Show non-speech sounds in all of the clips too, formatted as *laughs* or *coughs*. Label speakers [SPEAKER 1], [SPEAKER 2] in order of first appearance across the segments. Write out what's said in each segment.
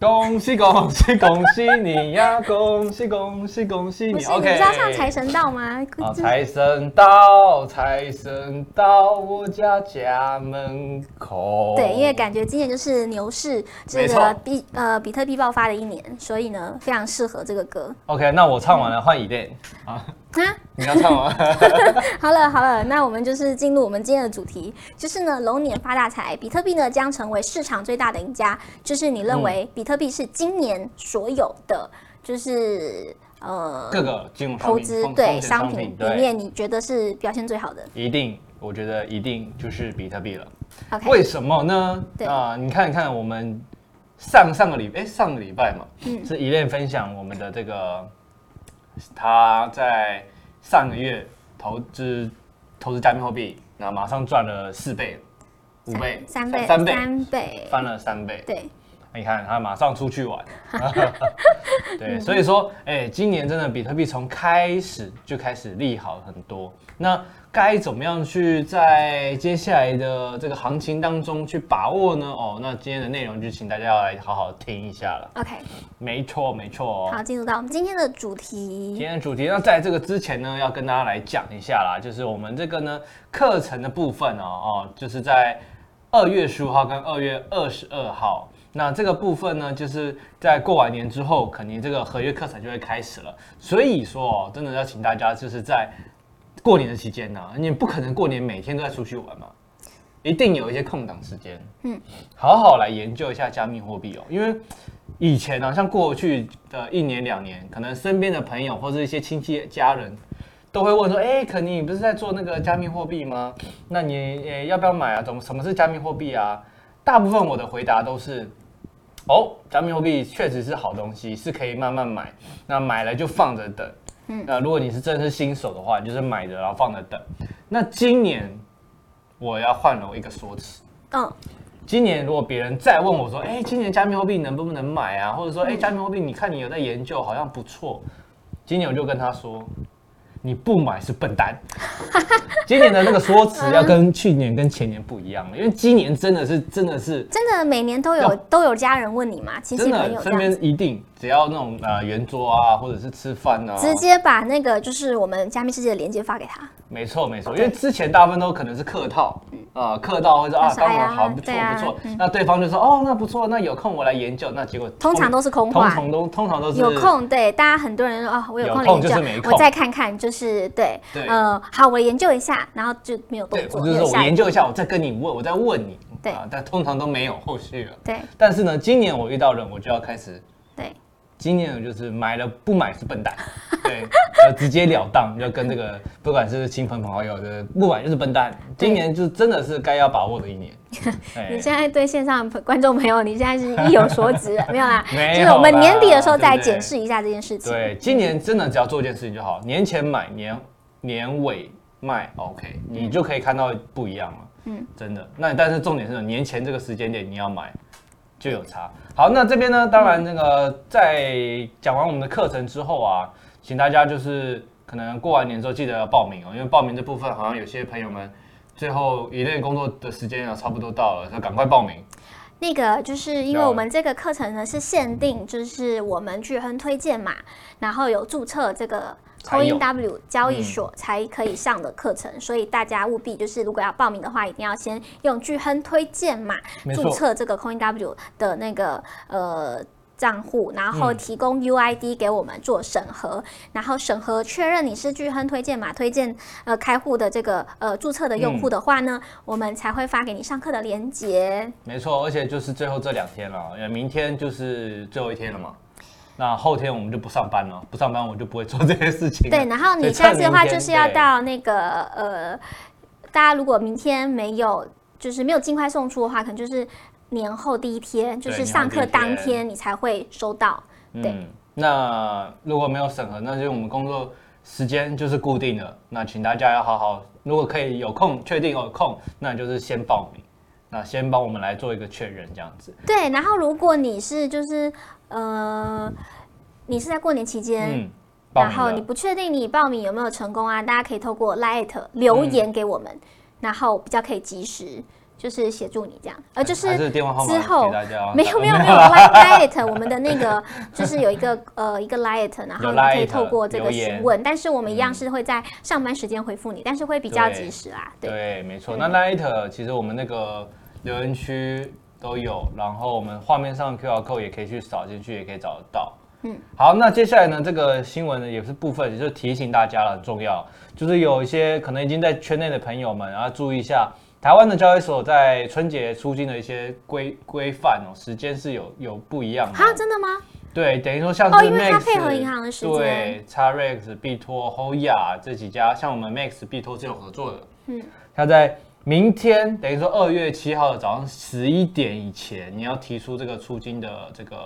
[SPEAKER 1] 恭喜恭喜恭喜你呀！恭喜恭喜恭喜
[SPEAKER 2] 不
[SPEAKER 1] 你
[SPEAKER 2] 是，你
[SPEAKER 1] ！OK，
[SPEAKER 2] 知道唱财神到吗？
[SPEAKER 1] 啊，
[SPEAKER 2] 这
[SPEAKER 1] 财神到，财神到我家家门口。
[SPEAKER 2] 对，因为感觉今年就是牛市这
[SPEAKER 1] 哦没
[SPEAKER 2] 个
[SPEAKER 1] 错
[SPEAKER 2] 币呃比特币爆发的一年，所以呢非常适合这个歌。
[SPEAKER 1] OK，那我唱完了，换以恋啊，
[SPEAKER 2] 啊，
[SPEAKER 1] 你要唱完。
[SPEAKER 2] 好了好了，那我们就是进入我们今天的主题，就是呢龙年发大财，比特币呢将成为市场最大的赢家。就是你
[SPEAKER 1] 嗯
[SPEAKER 2] 认为比特币是今年所有的，就是呃
[SPEAKER 1] 各个金融商
[SPEAKER 2] 投
[SPEAKER 1] 品
[SPEAKER 2] 资
[SPEAKER 1] 风
[SPEAKER 2] 对
[SPEAKER 1] 风险
[SPEAKER 2] 商
[SPEAKER 1] 商
[SPEAKER 2] 品里
[SPEAKER 1] 对，
[SPEAKER 2] 面，你觉得是表现最好的
[SPEAKER 1] 一定，我觉得一定就是比特币了。
[SPEAKER 2] ？OK，
[SPEAKER 1] 为什么呢？
[SPEAKER 2] 对
[SPEAKER 1] 啊、你看看我们上上个礼哎上个礼拜嘛，
[SPEAKER 2] 嗯
[SPEAKER 1] 是一恋分享我们的这个他在上个月投资投资加密货币，然后马上赚了四倍、五倍、
[SPEAKER 2] 三倍
[SPEAKER 1] 三倍，
[SPEAKER 2] 三倍，
[SPEAKER 1] 翻了三倍。
[SPEAKER 2] 对，
[SPEAKER 1] 你看他马上出去玩，对，所以说，哎、今年真的比特币从开始就开始利好很多。那该怎么样去在接下来的这个行情当中去把握呢？哦，那今天的内容就请大家要来好好听一下了。
[SPEAKER 2] OK，
[SPEAKER 1] 没错，没错、
[SPEAKER 2] 好，
[SPEAKER 1] 哦。
[SPEAKER 2] 进入到我们今天的主题
[SPEAKER 1] 今。天的主题，那在这个之前呢，要跟大家来讲一下啦，就是我们这个呢课程的部分哦，哦，就是在二月十五号跟二月二十二号。那这个部分呢，就是在过完年之后，肯定这个合约课程就会开始了。所以说哦，真的要请大家就是在过年的期间呢、你不可能过年每天都在出去玩嘛，一定有一些空档时间，
[SPEAKER 2] 嗯
[SPEAKER 1] 嗯，好好来研究一下加密货币哦，因为以前呢、像过去的一年两年，可能身边的朋友或者一些亲戚家人。都会问说，哎、可妮，你不是在做那个加密货币吗？那你、诶要不要买啊？怎么什么是加密货币啊？大部分我的回答都是，哦，加密货币确实是好东西，是可以慢慢买。那买了就放着等。
[SPEAKER 2] 嗯
[SPEAKER 1] 嗯，那如果你是真的是新手的话，你就是买着然后放着等。那今年我要换了一个说辞，
[SPEAKER 2] 嗯，
[SPEAKER 1] 今年如果别人再问我说，哎、今年加密货币能不能买啊？或者说，
[SPEAKER 2] 嗯
[SPEAKER 1] 哎、加密货币你看你有在研究，好像不错。今年我就跟他说，你不买是笨蛋。 *laughs* 今年的那个说辞要跟去年跟前年不一样了，因为今年真的是真的是
[SPEAKER 2] 真的每年都有
[SPEAKER 1] 要
[SPEAKER 2] 都有家人问你嘛，亲戚
[SPEAKER 1] 真
[SPEAKER 2] 朋友
[SPEAKER 1] 的
[SPEAKER 2] 这
[SPEAKER 1] 身
[SPEAKER 2] 样
[SPEAKER 1] 边
[SPEAKER 2] 子，
[SPEAKER 1] 一定只要那种呃圆桌啊，或者是吃饭啊，
[SPEAKER 2] 直接把那个就是我们加密世界的链接发给他。
[SPEAKER 1] 没错没错，因为之前大部分都可能是客套，啊客套或者啊
[SPEAKER 2] 他说
[SPEAKER 1] 当
[SPEAKER 2] 哎呀
[SPEAKER 1] 然好不错
[SPEAKER 2] 对啊
[SPEAKER 1] 不错
[SPEAKER 2] 嗯，
[SPEAKER 1] 那对方就说哦那不错，那有空我来研究，那结果
[SPEAKER 2] 通常都是空
[SPEAKER 1] 通
[SPEAKER 2] 话，
[SPEAKER 1] 常都通常都是
[SPEAKER 2] 有空对大家很多人说哦，我有
[SPEAKER 1] 有
[SPEAKER 2] 空
[SPEAKER 1] 空
[SPEAKER 2] 研
[SPEAKER 1] 就是没
[SPEAKER 2] 究，我
[SPEAKER 1] 空
[SPEAKER 2] 再看看，就是对，
[SPEAKER 1] 对
[SPEAKER 2] 呃，好，我研究一下，然后就没有动
[SPEAKER 1] 对，
[SPEAKER 2] 作，
[SPEAKER 1] 就
[SPEAKER 2] 没
[SPEAKER 1] 是
[SPEAKER 2] 有
[SPEAKER 1] 说我
[SPEAKER 2] 下一
[SPEAKER 1] 研
[SPEAKER 2] 步，
[SPEAKER 1] 究一下，我再跟你问，我再问你，
[SPEAKER 2] 对
[SPEAKER 1] 啊，但通常都没有后续了。
[SPEAKER 2] 对
[SPEAKER 1] 但是呢，今年我遇到人，我就要开始，
[SPEAKER 2] 对，
[SPEAKER 1] 今年我就是买了不买是笨
[SPEAKER 2] *laughs*
[SPEAKER 1] 蛋，对，呃直截了当，就跟这个不管是亲朋好友的，不买就是笨蛋。今年就真的是该要把握的一年。
[SPEAKER 2] *laughs* 你
[SPEAKER 1] 哎
[SPEAKER 2] 现在对线上观众朋友，你现在是意有所指，没有啦，
[SPEAKER 1] *laughs* 没
[SPEAKER 2] 就是我们
[SPEAKER 1] 有啦
[SPEAKER 2] 年底的时候再
[SPEAKER 1] 对不对
[SPEAKER 2] 检视一下这件事情。
[SPEAKER 1] 对，今年真的只要做一件事情就好，年前买，年年尾卖，OK，你就可以看到不一样了。
[SPEAKER 2] 嗯
[SPEAKER 1] 嗯，真的。那但是重点是年前这个时间点你要买。就有差。好，那这边呢，当然那个在讲完我们的课程之后啊，请大家就是可能过完年之后记得要报名哦，因为报名这部分好像有些朋友们最后一类工作的时间啊差不多到了，要赶快报名。
[SPEAKER 2] 那个就是因
[SPEAKER 1] 了
[SPEAKER 2] 为
[SPEAKER 1] 解
[SPEAKER 2] 我们这个课程呢是限定，就是我们巨亨推荐码，然后有注册这个
[SPEAKER 1] 才有嗯
[SPEAKER 2] Coin W 交易所才可以上的课程，所以大家务必就是如果要报名的话，一定要先用巨亨推荐码
[SPEAKER 1] 没
[SPEAKER 2] 注
[SPEAKER 1] 错，
[SPEAKER 2] 册这个 Coin W 的那个呃账户，然后提供
[SPEAKER 1] 嗯
[SPEAKER 2] UID 给我们做审核，然后审核确认你是巨亨推荐码推荐呃开户的这个呃注册的用户的话呢，我们才会发给你上课的链接。
[SPEAKER 1] 没错，而且就是最后这两天了，因为明天就是最后一天了嘛。那后天我们就不上班了，不上班我就不会做这些事情了。
[SPEAKER 2] 对，然后
[SPEAKER 1] 所
[SPEAKER 2] 你
[SPEAKER 1] 以
[SPEAKER 2] 下
[SPEAKER 1] 趁
[SPEAKER 2] 次的话
[SPEAKER 1] 明
[SPEAKER 2] 就
[SPEAKER 1] 天
[SPEAKER 2] 是要
[SPEAKER 1] 对
[SPEAKER 2] 到那个呃，大家如果明天没有就是没有尽快送出的话，可能就是年后第一天，就
[SPEAKER 1] 对
[SPEAKER 2] 是
[SPEAKER 1] 年后
[SPEAKER 2] 上
[SPEAKER 1] 第
[SPEAKER 2] 课
[SPEAKER 1] 一
[SPEAKER 2] 当
[SPEAKER 1] 天
[SPEAKER 2] 天你才会收到。对
[SPEAKER 1] 嗯，那如果没有审核，那就是我们工作时间就是固定的。那请大家要好好，如果可以有空，确定有空，那就是先报名，那先帮我们来做一个确认，这样子。
[SPEAKER 2] 对，然后如果你是就是呃，你是在过年期间。
[SPEAKER 1] 嗯，报
[SPEAKER 2] 然
[SPEAKER 1] 名
[SPEAKER 2] 后你
[SPEAKER 1] 了。
[SPEAKER 2] 不确定你报名有没
[SPEAKER 1] 嗯
[SPEAKER 2] 有成功啊？大家可以透过 Lite 留言给我们，然后比较可以及时就是协助你这样，呃，就是
[SPEAKER 1] 还是电话号码
[SPEAKER 2] 之后
[SPEAKER 1] 给大家
[SPEAKER 2] 没有没有没有 Line *laughs* Light，我们的那个就是有一个呃一个 Light，然后你可以
[SPEAKER 1] Lite，
[SPEAKER 2] 透过这
[SPEAKER 1] 留
[SPEAKER 2] 个
[SPEAKER 1] 言
[SPEAKER 2] 询问，但是我们一样是会在上班时间回复你，但是会比较
[SPEAKER 1] 对
[SPEAKER 2] 及时啦，对，
[SPEAKER 1] 对，没错。
[SPEAKER 2] 嗯
[SPEAKER 1] 那 Light 其实我们那个留言区都有，然后我们画面上 QR code 也可以去扫进去，也可以找得到。嗯，好，那接下来呢，这个新闻呢也是部分，也就是提醒大家了，很重要，就是有一些可能已经在圈内的朋友们，然后注意一下。台湾的交易所在春节出境的一些规规范哦，时间是有有不一样的哦。
[SPEAKER 2] 哈，真的吗？
[SPEAKER 1] 对，等于说像是 Max,
[SPEAKER 2] 哦因为它配合银行的时间
[SPEAKER 1] 对，Xrex、币托、Hoya 这几家，像我们 Max、币托是有合作的。
[SPEAKER 2] 嗯
[SPEAKER 1] 嗯，它在明天，等于说二月七号的早上十一点以前，你要提出这个出金的这个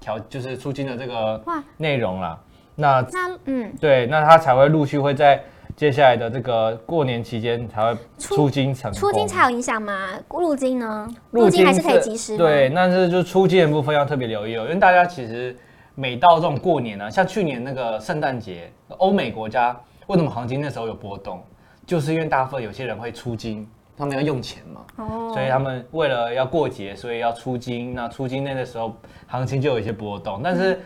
[SPEAKER 1] 条，就是出金的这个
[SPEAKER 2] 哇
[SPEAKER 1] 内容啦。那
[SPEAKER 2] 那嗯，
[SPEAKER 1] 对，那它才会陆续会在接下来的这个过年期间才会
[SPEAKER 2] 出
[SPEAKER 1] 出金成功。
[SPEAKER 2] 出境才有影响吗？入境呢？
[SPEAKER 1] 入
[SPEAKER 2] 入境
[SPEAKER 1] 境
[SPEAKER 2] 还是可以及时吗？
[SPEAKER 1] 对，，但是就出境的部分要特别留意哦，因为大家其实每到这种过年呢、像去年那个圣诞节，欧美国家为什么行情那时候有波动，就是因为大部分有些人会出金，他们要用钱嘛，
[SPEAKER 2] 哦，
[SPEAKER 1] 所以他们为了要过节，所以要出金。那出金那个时候行情就有一些波动，但
[SPEAKER 2] 嗯
[SPEAKER 1] 是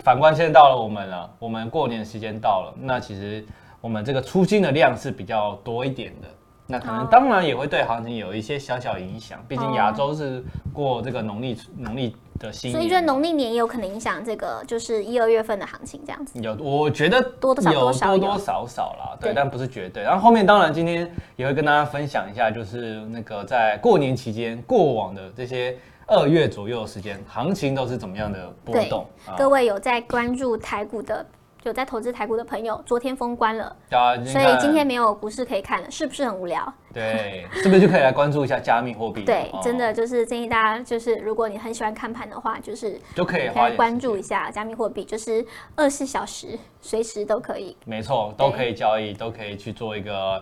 [SPEAKER 1] 反观现在到了我们了，我们过年时间到了，那其实我们这个出金的量是比较多一点的。那可能
[SPEAKER 2] 哦
[SPEAKER 1] 当然也会对行情有一些小小影响，毕竟
[SPEAKER 2] 哦
[SPEAKER 1] 亚洲是过这个农历农历的新
[SPEAKER 2] 所以
[SPEAKER 1] 年。
[SPEAKER 2] 这农历年也有可能影响这个就是一二月份的行情这样子。
[SPEAKER 1] 有，我觉得
[SPEAKER 2] 多多少
[SPEAKER 1] 有
[SPEAKER 2] 多少
[SPEAKER 1] 多
[SPEAKER 2] 有
[SPEAKER 1] 多少少啦，对，
[SPEAKER 2] 对
[SPEAKER 1] 但不是绝对。然后后面当然今天也会跟大家分享一下，就是那个在过年期间过往的这些二月左右的时间，行情都是怎么样的波
[SPEAKER 2] 对
[SPEAKER 1] 动啊？
[SPEAKER 2] 各位有在关注台股的，有在投资台股的朋友，昨天封关了，
[SPEAKER 1] 大家
[SPEAKER 2] 所以
[SPEAKER 1] 看
[SPEAKER 2] 今天没有股市可以看了，是不是很无聊？
[SPEAKER 1] 对，是不是就可以来关注一下加密货币？
[SPEAKER 2] 对
[SPEAKER 1] 哦，
[SPEAKER 2] 真的就是建议大家，就是如果你很喜欢看盘的话，就是
[SPEAKER 1] 就可以
[SPEAKER 2] 可以
[SPEAKER 1] 花一
[SPEAKER 2] 来
[SPEAKER 1] 点
[SPEAKER 2] 关
[SPEAKER 1] 时间
[SPEAKER 2] 注一下加密货币，就是二十四小时随时都可以。
[SPEAKER 1] 没错，都可以交易，都可以去做一个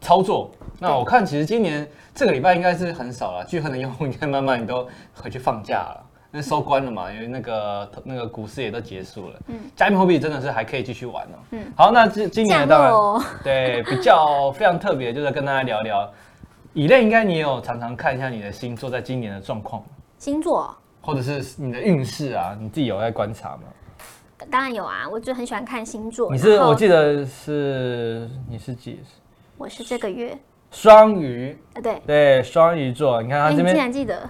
[SPEAKER 1] 操作。那我看其实今年这个礼拜应该是很少了，巨亨的用户应该慢慢都回去放假了。那收官了嘛，因为那个那个股市也都结束了，嗯，加密货币真的是还可以继续玩哦，嗯，好，那今今
[SPEAKER 2] 降
[SPEAKER 1] 年
[SPEAKER 2] 落
[SPEAKER 1] 当然
[SPEAKER 2] 哦，
[SPEAKER 1] 对比较非常特别，就是跟大家聊聊，以类应该你也有常常看一下你的星座在今年的状况，
[SPEAKER 2] 星座
[SPEAKER 1] 或者是你的运势啊，你自己有在观察吗？
[SPEAKER 2] 当然有啊，我就很喜欢看星座。
[SPEAKER 1] 你是
[SPEAKER 2] 然后
[SPEAKER 1] 我记得是你是几
[SPEAKER 2] 我是这个月，
[SPEAKER 1] 双鱼，
[SPEAKER 2] 呃，对，
[SPEAKER 1] 对，双鱼座，你看
[SPEAKER 2] 哎，
[SPEAKER 1] 他
[SPEAKER 2] 你
[SPEAKER 1] 啊这
[SPEAKER 2] 竟
[SPEAKER 1] 边，
[SPEAKER 2] 然记得，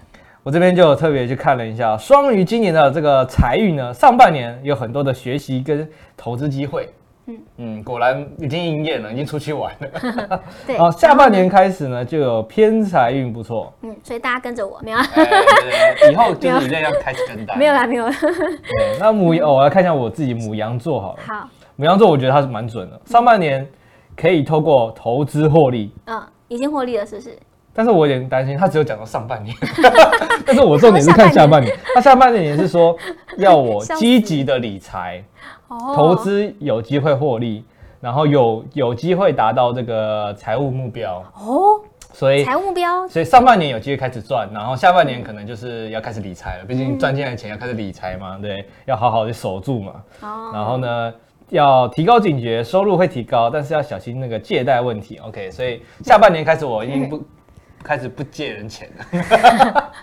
[SPEAKER 1] 我这边就有特别去看了一下，双鱼今年的这个财运呢，上半年有很多的学习跟投资机会。嗯嗯，果然已经应验了，已经出去玩了。
[SPEAKER 2] 对，
[SPEAKER 1] 哦，下半年开始呢，就有偏财运不
[SPEAKER 2] *laughs*
[SPEAKER 1] 错。
[SPEAKER 2] 嗯，所以大家跟着我，没有啊， *laughs*
[SPEAKER 1] 哎对以后就是以这样开始跟单。
[SPEAKER 2] 没有啦，嗯没有 *laughs* 啦，
[SPEAKER 1] 对。那母羊，哦我来看一下我自己母羊座好了。
[SPEAKER 2] 好，
[SPEAKER 1] 母羊座我觉得它是蛮准的，上半年可以透过投资获利，
[SPEAKER 2] 嗯，已经获利了，是不是？
[SPEAKER 1] 但是我有点担心，他只有讲到上半年， *laughs* 但是我重点是看下半年。他下半年也是
[SPEAKER 2] *laughs*
[SPEAKER 1] 说要我
[SPEAKER 2] 笑死
[SPEAKER 1] 积极的理财，
[SPEAKER 2] 哦
[SPEAKER 1] 投资有机会获利，然后有有机会达到这个财务目标，
[SPEAKER 2] 哦，
[SPEAKER 1] 所以。
[SPEAKER 2] 财务目标
[SPEAKER 1] 所以上半年有机会开始赚，然后下半年可能就是要开始理财了，毕
[SPEAKER 2] 嗯
[SPEAKER 1] 竟赚进来的钱要开始理财嘛，对，要好好的守住嘛。
[SPEAKER 2] 哦，
[SPEAKER 1] 然后呢，要提高警觉，收入会提高，但是要小心那个借贷问题。OK，所以下半年开始我已经不、开始不借人钱了。
[SPEAKER 2] *laughs*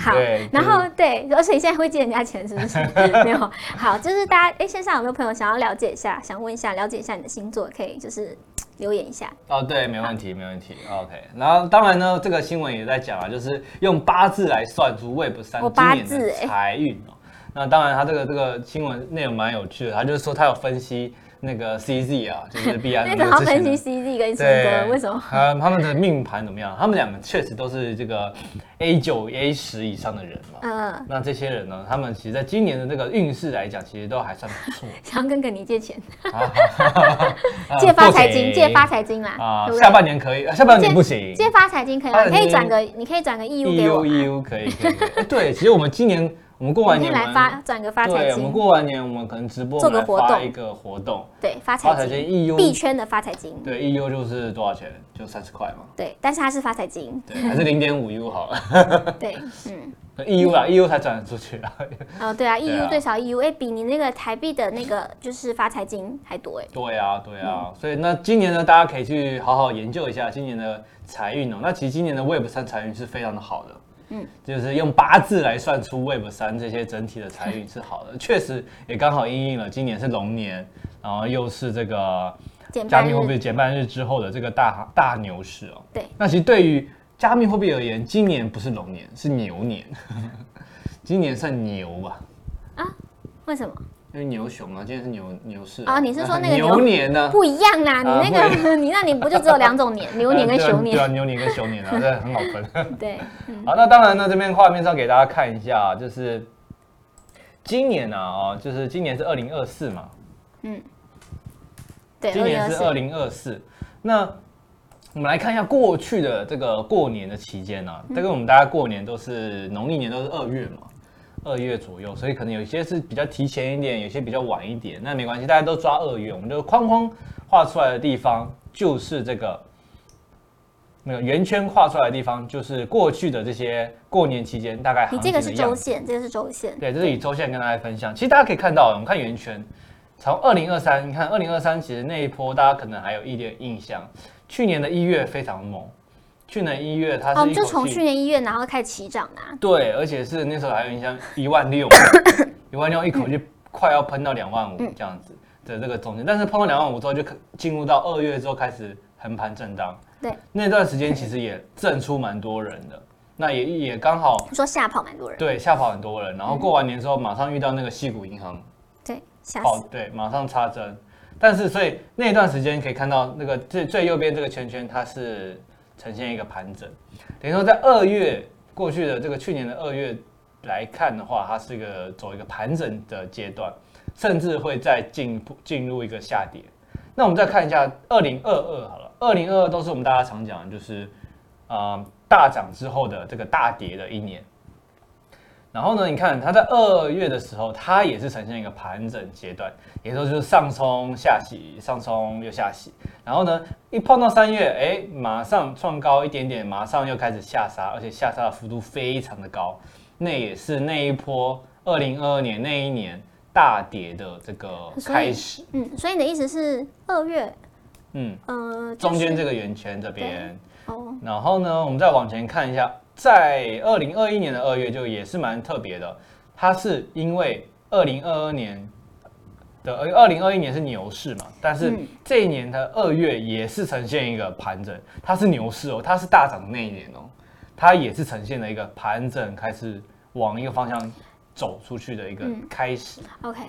[SPEAKER 2] 好
[SPEAKER 1] 对，
[SPEAKER 2] 然
[SPEAKER 1] 就是
[SPEAKER 2] 后对，而且你现在会借人家钱，是不是？
[SPEAKER 1] *laughs*
[SPEAKER 2] *laughs* 没有，好，就是大家，哎，线上有没有朋友想要了解一下，想问一下，了解一下你的星座，可以就是嘖留言一下。
[SPEAKER 1] 哦，对，没问题，没问题。OK，然后当然呢，这个新闻也在讲啊，就是用八字来算出 Web 三
[SPEAKER 2] 我
[SPEAKER 1] 今
[SPEAKER 2] 八
[SPEAKER 1] 年
[SPEAKER 2] 字
[SPEAKER 1] 的
[SPEAKER 2] 欸
[SPEAKER 1] 财运哦。那当然，他这个这个新闻内容蛮有趣的，他就是说他有分析那个 CZ 啊，就是币
[SPEAKER 2] *laughs*
[SPEAKER 1] 安
[SPEAKER 2] 那
[SPEAKER 1] 的
[SPEAKER 2] 个要
[SPEAKER 1] 之前
[SPEAKER 2] 分
[SPEAKER 1] 的
[SPEAKER 2] 析 CZ 跟星
[SPEAKER 1] 对，
[SPEAKER 2] 座，为什么？
[SPEAKER 1] 呃，他们的命盘怎么样？他们两个确实都是这个 A 九、A 十以上的人嘛。
[SPEAKER 2] 嗯，
[SPEAKER 1] 那这些人呢，他们其实在今年的这个运势来讲，其实都还算不错。
[SPEAKER 2] 想要跟跟你借钱，
[SPEAKER 1] *laughs* 啊
[SPEAKER 2] 借发财
[SPEAKER 1] 不
[SPEAKER 2] 金，
[SPEAKER 1] 给
[SPEAKER 2] 借发财金啦，
[SPEAKER 1] 啊
[SPEAKER 2] 对，不
[SPEAKER 1] 下
[SPEAKER 2] 对？
[SPEAKER 1] 半年可以，啊下半年
[SPEAKER 2] 借
[SPEAKER 1] 不行。
[SPEAKER 2] 借发财金可以
[SPEAKER 1] 发
[SPEAKER 2] 吗？
[SPEAKER 1] 财
[SPEAKER 2] 你
[SPEAKER 1] 金
[SPEAKER 2] 可以转个，你可以转个义务
[SPEAKER 1] E
[SPEAKER 2] 给我啊
[SPEAKER 1] U
[SPEAKER 2] 吗，
[SPEAKER 1] E U 可以可以。可以哎对，其实我们今年我们过完
[SPEAKER 2] 你
[SPEAKER 1] 年
[SPEAKER 2] 可以
[SPEAKER 1] 我
[SPEAKER 2] 来
[SPEAKER 1] 们
[SPEAKER 2] 发转个发财
[SPEAKER 1] 对，我们
[SPEAKER 2] 金，
[SPEAKER 1] 过完年我们可能直播
[SPEAKER 2] 做个
[SPEAKER 1] 我们来
[SPEAKER 2] 活
[SPEAKER 1] 发
[SPEAKER 2] 动
[SPEAKER 1] 一个活动，
[SPEAKER 2] 对，发
[SPEAKER 1] 发
[SPEAKER 2] 财
[SPEAKER 1] 财
[SPEAKER 2] 金，
[SPEAKER 1] 金 E U
[SPEAKER 2] 币圈的发财金，
[SPEAKER 1] 对 E U 就是多少钱？就三十块嘛。 *laughs*
[SPEAKER 2] *laughs* 对，但是它是发财金，
[SPEAKER 1] 对，还是零点五 U 好了。
[SPEAKER 2] 对，嗯，
[SPEAKER 1] EU 啦，EU 才转得出去啦。
[SPEAKER 2] 呃，对啊
[SPEAKER 1] 对
[SPEAKER 2] ，EU
[SPEAKER 1] 啊
[SPEAKER 2] 最少 EU，哎、比你那个台币的那个就是发财金还多哎。
[SPEAKER 1] 对啊，对
[SPEAKER 2] 嗯
[SPEAKER 1] 啊，所以那今年呢，大家可以去好好研究一下今年的财运哦。那其实今年的 Web 三财运是非常的好的，嗯，就是用八字来算出 Web 三这些整体的财运是
[SPEAKER 2] 嗯
[SPEAKER 1] 好的，确实也刚好应应了今年是龙年，然后又是这个
[SPEAKER 2] 减
[SPEAKER 1] 加
[SPEAKER 2] 半
[SPEAKER 1] 密货
[SPEAKER 2] 日，
[SPEAKER 1] 币减半日之后的这个大大牛市哦。
[SPEAKER 2] 对，
[SPEAKER 1] 那其实对于加密货币而言，今年不是龙年，是牛年， *laughs* 今年算牛吧。
[SPEAKER 2] 为什么？
[SPEAKER 1] 因为牛熊啊，今天是牛牛市
[SPEAKER 2] 啊你
[SPEAKER 1] *laughs*
[SPEAKER 2] 是说那个
[SPEAKER 1] 牛
[SPEAKER 2] 牛
[SPEAKER 1] 年呢？
[SPEAKER 2] 不一样啦，
[SPEAKER 1] 啊
[SPEAKER 2] 你那个 *laughs* 你那你不就只有两种年，牛年跟
[SPEAKER 1] 呃对啊
[SPEAKER 2] 熊
[SPEAKER 1] 对啊，
[SPEAKER 2] 年？
[SPEAKER 1] 牛年跟熊年啊， *laughs* 这很好分。 *laughs*
[SPEAKER 2] 对，
[SPEAKER 1] 好，那当然呢，这边画面上给大家看一下，就是今年啊，哦，就是今年是二零二四嘛，
[SPEAKER 2] 对，
[SPEAKER 1] 今年
[SPEAKER 2] 2024
[SPEAKER 1] 是二零二四。那我们来看一下过去的这个过年的期间呢、啊，这个我们大家过年都是农历年都是二月嘛，二月左右，所以可能有些是比较提前一点，有些比较晚一点，那没关系，大家都抓二月，我们就框框画出来的地方就是这个。那个圆圈画出来的地方，就是过去的这些过年期间大概
[SPEAKER 2] 你
[SPEAKER 1] 行
[SPEAKER 2] 这
[SPEAKER 1] 情
[SPEAKER 2] 个
[SPEAKER 1] 的
[SPEAKER 2] 是
[SPEAKER 1] 样
[SPEAKER 2] 周
[SPEAKER 1] 子
[SPEAKER 2] 线，这个是周线。
[SPEAKER 1] 对，这是以周线跟大家分享。其实大家可以看到，我们看圆圈，从二零二三，你看二零二三，其实那一波大家可能还有一点印象，去年的一月非常猛，去年一月它
[SPEAKER 2] 哦，我
[SPEAKER 1] 是
[SPEAKER 2] 们
[SPEAKER 1] 一
[SPEAKER 2] 就
[SPEAKER 1] 口
[SPEAKER 2] 从
[SPEAKER 1] 气，
[SPEAKER 2] 去年一月然后开始起涨啊啦、
[SPEAKER 1] 对，而且是那时候还有印象一万六，一万六一口气快要喷到两万五这样子的这个中间，但是碰到两万五之后就可进入到二月之后开始横盘震荡，
[SPEAKER 2] 对，
[SPEAKER 1] 那段时间其实也震出蛮多人的，那也也刚好
[SPEAKER 2] 你说吓跑蛮多人，
[SPEAKER 1] 对，吓跑很多人。然后过完年之后，马上遇到那个戏谷银行
[SPEAKER 2] 对，吓
[SPEAKER 1] 爆
[SPEAKER 2] 死。，
[SPEAKER 1] 哦对，马上插针。但是所以那一段时间可以看到，那个最最右边这个圈圈，它是呈现一个盘整。等于说在二月过去的这个去年的二月来看的话，它是一个走一个盘整的阶段，甚至会再进一步进入一个下跌。那我们再看一下二零二二好了，二零二二都是我们大家常讲的，就是呃大涨之后的这个大跌的一年。然后呢，你看它在二月的时候，它也是呈现一个盘整阶段，也就是上冲下洗，上冲又下洗。然后呢，一碰到三月，哎，马上创高一点点，马上又开始下杀，而且下杀的幅度非常的高。那也是那一波二零二二年那一年大跌的这个
[SPEAKER 2] 所以
[SPEAKER 1] 开始。
[SPEAKER 2] 嗯，所以你的意思是二月，
[SPEAKER 1] 嗯，
[SPEAKER 2] 呃，就
[SPEAKER 1] 中间
[SPEAKER 2] 是
[SPEAKER 1] 这个圆圈这边，
[SPEAKER 2] 哦，
[SPEAKER 1] 然后呢，我们再往前看一下，在二零二一年的二月就也是蛮特别的，它是因为二零二二年的呃二零二一年是牛市嘛，但是
[SPEAKER 2] 嗯
[SPEAKER 1] 这一年的二月也是呈现一个盘整，它是牛市哦，它是大涨的那一年哦，它也是呈现了一个盘整，开始往一个方向走出去的一个
[SPEAKER 2] 嗯
[SPEAKER 1] 开始，
[SPEAKER 2] ，OK，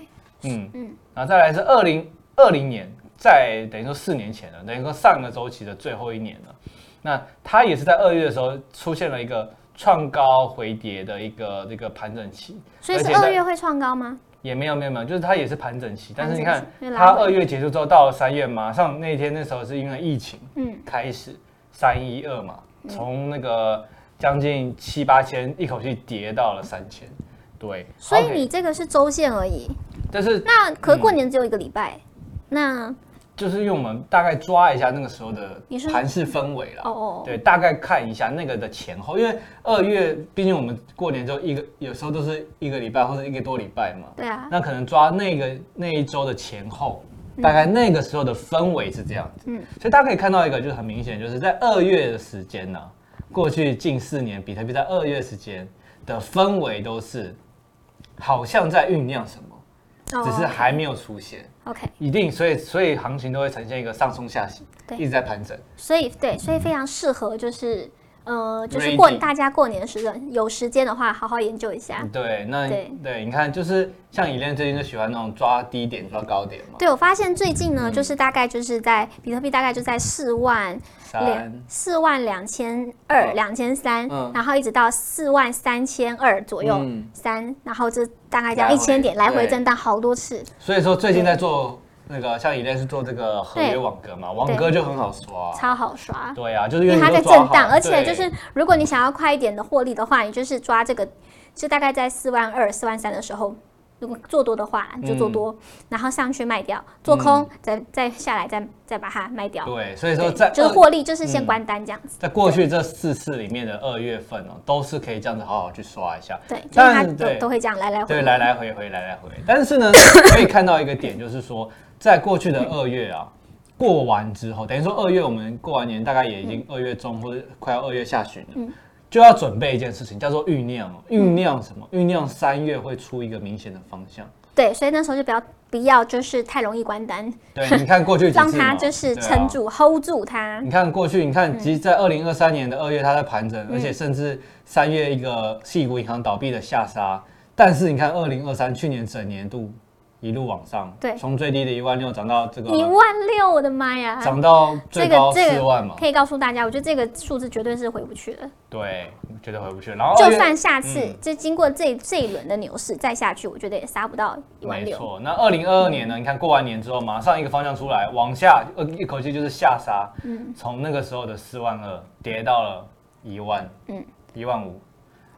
[SPEAKER 1] 嗯
[SPEAKER 2] 嗯，
[SPEAKER 1] 然后再来是二零二零年，在等于说四年前了，等于说上个周期的最后一年了。那它也是在二月的时候出现了一个创高回跌的一个这个盘整期，
[SPEAKER 2] 所以
[SPEAKER 1] 而
[SPEAKER 2] 是
[SPEAKER 1] 且
[SPEAKER 2] 二
[SPEAKER 1] 在
[SPEAKER 2] 月会创高吗？
[SPEAKER 1] 也没有没有没有，就是它也是盘整期，但是你
[SPEAKER 2] 盘
[SPEAKER 1] 看
[SPEAKER 2] 整期因为
[SPEAKER 1] 它
[SPEAKER 2] 拉回
[SPEAKER 1] 二月结束之后到了三月，马上那一天那时候是因为疫情
[SPEAKER 2] 嗯，
[SPEAKER 1] 开始三一二嘛，从那个将近七八千一口气跌到了三千，对，
[SPEAKER 2] 所以
[SPEAKER 1] OK，
[SPEAKER 2] 你这个是周线而已。
[SPEAKER 1] 但是
[SPEAKER 2] 那可是过年只有一个礼拜，那
[SPEAKER 1] 就是因为我们大概抓一下那个时候的
[SPEAKER 2] 你是
[SPEAKER 1] 盘市氛围了，
[SPEAKER 2] 哦哦，
[SPEAKER 1] 对，啊大概看一下那个的前后，因为二月毕竟我们过年之后一个有时候都是一个礼拜或者一个多礼拜嘛，
[SPEAKER 2] 对啊，
[SPEAKER 1] 那可能抓那个那一周的前后，大概那个时候的氛围是这样子，
[SPEAKER 2] 嗯
[SPEAKER 1] 所以大家可以看到一个就是很明显，就是在二月的时间呢、过去近四年比特币在二月时间的氛围都是好像在酝酿什么，
[SPEAKER 2] 哦
[SPEAKER 1] 只是还没有出现。
[SPEAKER 2] OK，
[SPEAKER 1] 一定，所以所以行情都会呈现一个上冲下洗，
[SPEAKER 2] 对
[SPEAKER 1] 一直在盘整。
[SPEAKER 2] 所以对，所以非常适合就是。呃，就是
[SPEAKER 1] Ready
[SPEAKER 2] 过大家过年时段有时间的话，好好研究一下。
[SPEAKER 1] 对，那
[SPEAKER 2] 啊对
[SPEAKER 1] 对，你看，就是像以恋最近就喜欢那种抓低点、抓高点嘛，
[SPEAKER 2] 对，我发现最近呢，
[SPEAKER 1] 嗯
[SPEAKER 2] 就是大概就是在比特币大概就在四万
[SPEAKER 1] 三，
[SPEAKER 2] 四万两千二、
[SPEAKER 1] 嗯
[SPEAKER 2] 两千三
[SPEAKER 1] 嗯，
[SPEAKER 2] 然后一直到四万三千二左右
[SPEAKER 1] 嗯，
[SPEAKER 2] 三，然后就大概这样
[SPEAKER 1] 来
[SPEAKER 2] 一
[SPEAKER 1] 回
[SPEAKER 2] 千点来回
[SPEAKER 1] 对
[SPEAKER 2] 震荡好多次。
[SPEAKER 1] 所以说最近在做那个，像以恋是做这个合约
[SPEAKER 2] 对
[SPEAKER 1] 网格嘛，网格就很好刷。啊
[SPEAKER 2] 超好刷。
[SPEAKER 1] 对啊，就是
[SPEAKER 2] 因为
[SPEAKER 1] 你
[SPEAKER 2] 它
[SPEAKER 1] 都
[SPEAKER 2] 在
[SPEAKER 1] 抓
[SPEAKER 2] 震
[SPEAKER 1] 好
[SPEAKER 2] 荡，而且
[SPEAKER 1] 对
[SPEAKER 2] 就是如果你想要快一点的获利的话，你就是抓这个，就大概在四万二、四万三的时候如果做多的话，你就做
[SPEAKER 1] 嗯
[SPEAKER 2] 多，然后上去卖掉，做空，再再下来再再把它卖掉。
[SPEAKER 1] 对，所以说
[SPEAKER 2] 对，
[SPEAKER 1] 在呃嗯
[SPEAKER 2] 就是
[SPEAKER 1] 二
[SPEAKER 2] 获利，就是先关单这样子。
[SPEAKER 1] 在过去这四次里面的二月份哦，都是可以这样子好好去刷一下。
[SPEAKER 2] 对，就是
[SPEAKER 1] 但
[SPEAKER 2] 它
[SPEAKER 1] 对
[SPEAKER 2] 都都会这样来来回
[SPEAKER 1] 对，
[SPEAKER 2] 回。
[SPEAKER 1] 来来回回，来来回。但是呢， *coughs* 可以看到一个点，就是说，在过去的二月啊，过完之后，等于说二月我们过完年，大概也已
[SPEAKER 2] 嗯
[SPEAKER 1] 经二月中或者快要二月下旬了，就要准备一件事情，叫做酝酿哦。
[SPEAKER 2] 嗯
[SPEAKER 1] 酝酿什么？酝酿三月会出一个明显的方向。
[SPEAKER 2] 对，所以那时候就不要不要就是太容易关单，
[SPEAKER 1] 对，你看过去几次
[SPEAKER 2] 让
[SPEAKER 1] 嘛
[SPEAKER 2] 它就是
[SPEAKER 1] 对啊嗯
[SPEAKER 2] 撑住、hold 住它。
[SPEAKER 1] 你看过去，你看，其实，在二零二三年的二月，它在盘整，
[SPEAKER 2] 嗯
[SPEAKER 1] 而且甚至三月一个系股银行倒闭的下杀，但是你看二零二三去年整年度一路往上，
[SPEAKER 2] 对
[SPEAKER 1] 从最低的一万六涨到这个，
[SPEAKER 2] 一万六，我的妈呀！
[SPEAKER 1] 涨到最
[SPEAKER 2] 这
[SPEAKER 1] 高
[SPEAKER 2] 个
[SPEAKER 1] 四
[SPEAKER 2] 这
[SPEAKER 1] 万嘛
[SPEAKER 2] 个，可以告诉大家，我觉得这个数字绝对是回不去的。
[SPEAKER 1] 对，绝对回不去。然后
[SPEAKER 2] 就
[SPEAKER 1] 二月
[SPEAKER 2] 算下次
[SPEAKER 1] 哦嗯
[SPEAKER 2] 就经过这这一轮的牛市再下去，我觉得也杀不到一万
[SPEAKER 1] 没
[SPEAKER 2] 六。
[SPEAKER 1] 错，那二零二二年呢？你看过完年之后，马上一个方向出来，往下呃一口气就是下杀，
[SPEAKER 2] 嗯
[SPEAKER 1] 从那个时候的四万二跌到了一万，
[SPEAKER 2] 嗯
[SPEAKER 1] 一万五。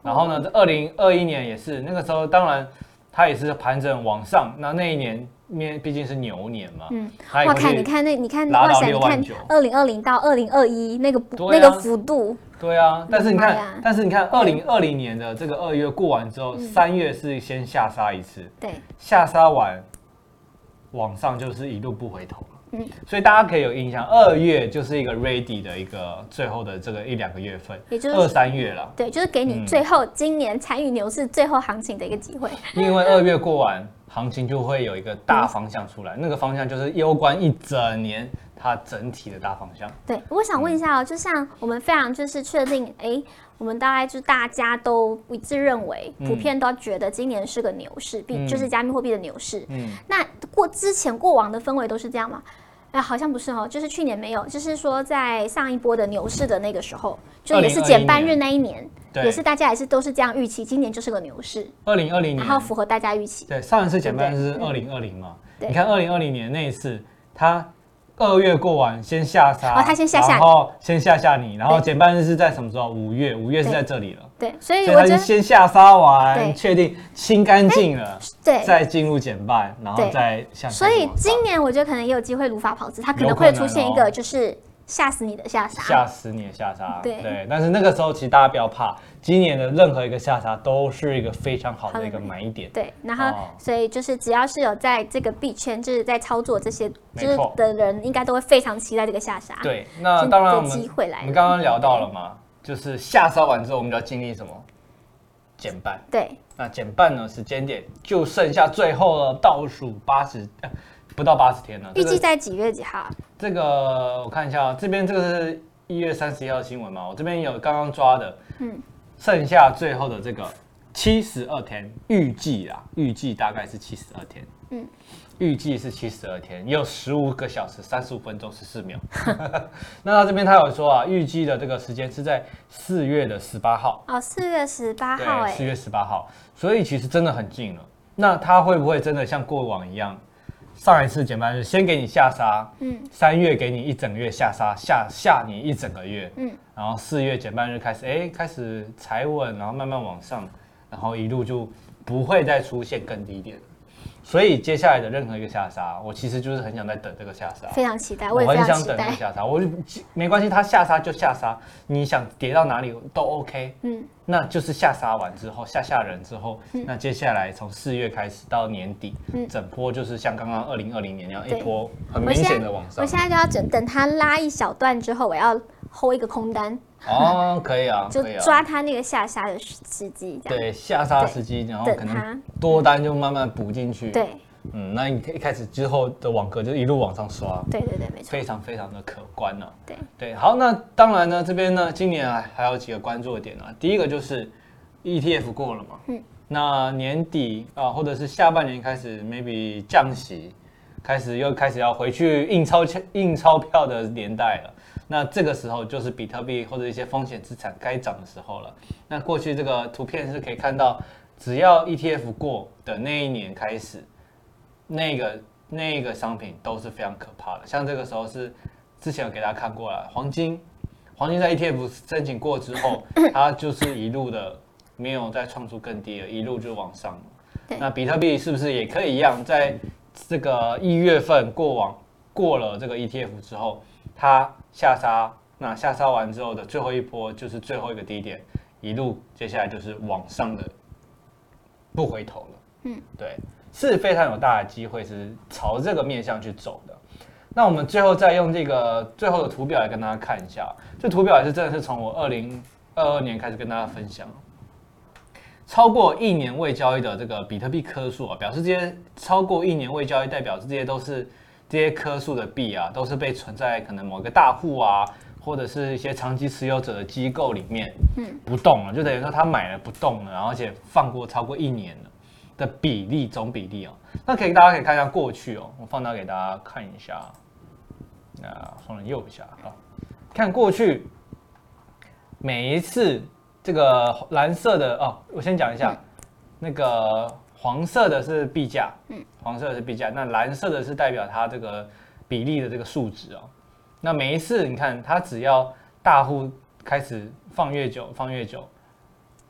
[SPEAKER 1] 然后呢，二零二一年也是那个时候，当然它也是盘整往上。那那一年面毕竟是牛年嘛，
[SPEAKER 2] 嗯
[SPEAKER 1] 它也
[SPEAKER 2] 哇，
[SPEAKER 1] 会
[SPEAKER 2] 看
[SPEAKER 1] 去
[SPEAKER 2] 你看那，你看
[SPEAKER 1] 拉
[SPEAKER 2] 哇
[SPEAKER 1] 到
[SPEAKER 2] 塞，你看
[SPEAKER 1] 6.9
[SPEAKER 2] 二零二零到二零二一那个不
[SPEAKER 1] 对啊
[SPEAKER 2] 那个幅度，
[SPEAKER 1] 对啊，但是你
[SPEAKER 2] 妈呀嗯
[SPEAKER 1] 看，但是你看，二零二零年的这个二月过完之后，三月是先下杀一次，
[SPEAKER 2] 对，
[SPEAKER 1] 下杀完，往上就是一路不回头了。
[SPEAKER 2] 嗯
[SPEAKER 1] 所以大家可以有印象，二月就是一个 ready 的一个最后的这个一两个月份，
[SPEAKER 2] 也就是
[SPEAKER 1] 二三月了。
[SPEAKER 2] 对，就是给你
[SPEAKER 1] 嗯
[SPEAKER 2] 最后今年参与牛市最后行情的一个机会。
[SPEAKER 1] 因为二月过完，行情就会有一个大方向出来，那个方向就是攸关一整年它整体的大方向。
[SPEAKER 2] 对，我想问一下
[SPEAKER 1] 嗯
[SPEAKER 2] 哦，就像我们非常就是确定，哎，我们大概就大家都一致认为，普
[SPEAKER 1] 嗯
[SPEAKER 2] 遍都觉得今年是个牛市，币、就是
[SPEAKER 1] 嗯
[SPEAKER 2] 加密货币的牛市。
[SPEAKER 1] 嗯，
[SPEAKER 2] 那过之前过往的氛围都是这样吗？哎、好像不是哦，就是去年没有，就是说在上一波的牛市的那个时候，就也是减半日那一年，
[SPEAKER 1] 对
[SPEAKER 2] 也是大家也是都是这样预期，今年就是个牛市，
[SPEAKER 1] 二零二零
[SPEAKER 2] 然
[SPEAKER 1] 年
[SPEAKER 2] 后符合大家预期。
[SPEAKER 1] 对，上一次减半
[SPEAKER 2] 对
[SPEAKER 1] 是
[SPEAKER 2] 不
[SPEAKER 1] 二
[SPEAKER 2] 对
[SPEAKER 1] 零二零嘛？
[SPEAKER 2] 对
[SPEAKER 1] 你看二零二零年那一次，它二月过完先下杀，
[SPEAKER 2] 哦它先吓吓
[SPEAKER 1] 然
[SPEAKER 2] 你
[SPEAKER 1] 后先吓吓你，然后
[SPEAKER 2] 对
[SPEAKER 1] 减半日是在什么时候？五月，五月是
[SPEAKER 2] 对
[SPEAKER 1] 在这里了，
[SPEAKER 2] 对，所以
[SPEAKER 1] 所以
[SPEAKER 2] 我
[SPEAKER 1] 它
[SPEAKER 2] 觉
[SPEAKER 1] 就
[SPEAKER 2] 得
[SPEAKER 1] 先下杀
[SPEAKER 2] 对
[SPEAKER 1] 完，确定清干净了，
[SPEAKER 2] 对。
[SPEAKER 1] 再进入减半，然后
[SPEAKER 2] 对
[SPEAKER 1] 再向下
[SPEAKER 2] 所以
[SPEAKER 1] 往上
[SPEAKER 2] 今年我觉得可能也有机会如法炮制，它可能
[SPEAKER 1] 有可
[SPEAKER 2] 会
[SPEAKER 1] 能
[SPEAKER 2] 出现一
[SPEAKER 1] 哦
[SPEAKER 2] 个就是吓死你的下杀。
[SPEAKER 1] 下十年下杀，
[SPEAKER 2] 对
[SPEAKER 1] 但是那个时候其实大家不要怕，今年的任何一个下杀都是一个非常好的一个买点。
[SPEAKER 2] 对，然
[SPEAKER 1] 哦
[SPEAKER 2] 后所以就是只要是有在这个币圈，就是在操作这些
[SPEAKER 1] 没
[SPEAKER 2] 就是
[SPEAKER 1] 错
[SPEAKER 2] 的人，应该都会非常期待这个下杀。，
[SPEAKER 1] 对，那当然我们
[SPEAKER 2] 啊这机会来了嗯
[SPEAKER 1] 我们刚刚聊到了嘛，就是下杀完之后，我们就要经历什么？减半。
[SPEAKER 2] 对，
[SPEAKER 1] 那减半呢？时间点就剩下最后了，倒数八十，呃不到八十天了。这
[SPEAKER 2] 预
[SPEAKER 1] 个
[SPEAKER 2] 计在几月几号啊？
[SPEAKER 1] 这个我看一下，这边这个是一月三十一号新闻嘛，我这边有刚刚抓的，
[SPEAKER 2] 嗯
[SPEAKER 1] 剩下最后的这个七十二天，预计啊，预计大概是七十二天，
[SPEAKER 2] 嗯
[SPEAKER 1] 预计是七十二天，也有十五个小时三十五分钟十四秒。 *laughs* 那他这边他有说啊，预计的这个时间是在四月的十八号，
[SPEAKER 2] 哦，四月十八号
[SPEAKER 1] 对，
[SPEAKER 2] 哎、
[SPEAKER 1] 四月十八号，所以其实真的很近了。那他会不会真的像过往一样，上一次减半日先给你下杀，
[SPEAKER 2] 嗯
[SPEAKER 1] 三月给你一整月下杀，吓吓你一整个月，
[SPEAKER 2] 嗯，
[SPEAKER 1] 然后四月减半日开始，哎，开始踩稳，然后慢慢往上，然后一路就不会再出现更低点。所以接下来的任何一个下杀，我其实就是很想在等这个下杀，
[SPEAKER 2] 非常期待，
[SPEAKER 1] 我
[SPEAKER 2] 我也非
[SPEAKER 1] 很
[SPEAKER 2] 常
[SPEAKER 1] 想
[SPEAKER 2] 期
[SPEAKER 1] 等这个
[SPEAKER 2] 待。
[SPEAKER 1] 下杀，我就没关系，它下杀就下杀，你想跌到哪里都 OK。
[SPEAKER 2] 嗯，
[SPEAKER 1] 那就是下杀完之后，下下人之后，那接下来从四月开始到年底，
[SPEAKER 2] 嗯
[SPEAKER 1] 整波就是像刚刚二零二零年那样一
[SPEAKER 2] 对
[SPEAKER 1] 波很
[SPEAKER 2] 我
[SPEAKER 1] 明
[SPEAKER 2] 现
[SPEAKER 1] 显
[SPEAKER 2] 在
[SPEAKER 1] 的往上
[SPEAKER 2] 我。现在就要等等它拉一小段之后，我要 hold 一个空单，
[SPEAKER 1] 哦，可以啊，
[SPEAKER 2] 就
[SPEAKER 1] 可以啊。
[SPEAKER 2] 抓它那个下杀的时时机，这样。
[SPEAKER 1] 对下杀时机，然后
[SPEAKER 2] 等
[SPEAKER 1] 可能
[SPEAKER 2] 它
[SPEAKER 1] 多单就慢慢补进去。，
[SPEAKER 2] 对
[SPEAKER 1] 嗯，那你一开始之后的网格就一路往上刷，
[SPEAKER 2] 对对对，没错，
[SPEAKER 1] 非常非常的可观了、
[SPEAKER 2] 对
[SPEAKER 1] 对，好，那当然呢，这边呢，今年啊还有几个关注的点啊。第一个就是 ETF 过了嘛，
[SPEAKER 2] 嗯
[SPEAKER 1] 那年底啊，或者是下半年开始，maybe 降息，开始又开始要回去印钞钱、印钞票的年代了。那这个时候就是比特币或者一些风险资产该涨的时候了。那过去这个图片是可以看到，只要 ETF 过的那一年开始，那个那个商品都是非常可怕的。像这个时候是之前有给大家看过了，黄金，黄金在 ETF 申请
[SPEAKER 2] *coughs*
[SPEAKER 1] 过之后，它就是一路的没有再创出更低了，一路就往上了。
[SPEAKER 2] 对
[SPEAKER 1] 那比特币是不是也可以一样，在这个一月份过往过了这个 ETF 之后，它下杀，那下杀完之后的最后一波就是最后一个低点，一路接下来就是往上的，不回头了。
[SPEAKER 2] 嗯，
[SPEAKER 1] 对，是非常有大的机会是朝这个面向去走的。那我们最后再用这个最后的图表来跟大家看一下，这图表也是真的是从我二零二二年开始跟大家分享，超过一年未交易的这个比特币颗数啊，表示这些超过一年未交易，代表这些都是这些颗数的币啊，都是被存在可能某个大户啊，或者是一些长期持有者的机构里面，
[SPEAKER 2] 嗯
[SPEAKER 1] 不动了，就等于说他买了不动了，然后而且放过超过一年了的比例总比例哦。那可以大家可以看一下过去哦，我放大给大家看一下，那放到右下啊，看过去每一次这个蓝色的哦，我先讲一下，那个黄色的是币价，嗯，黄色的是币价，那蓝色的是代表它这个比例的这个数值哦。那每一次你看，它只要大户开始放越久，放越久，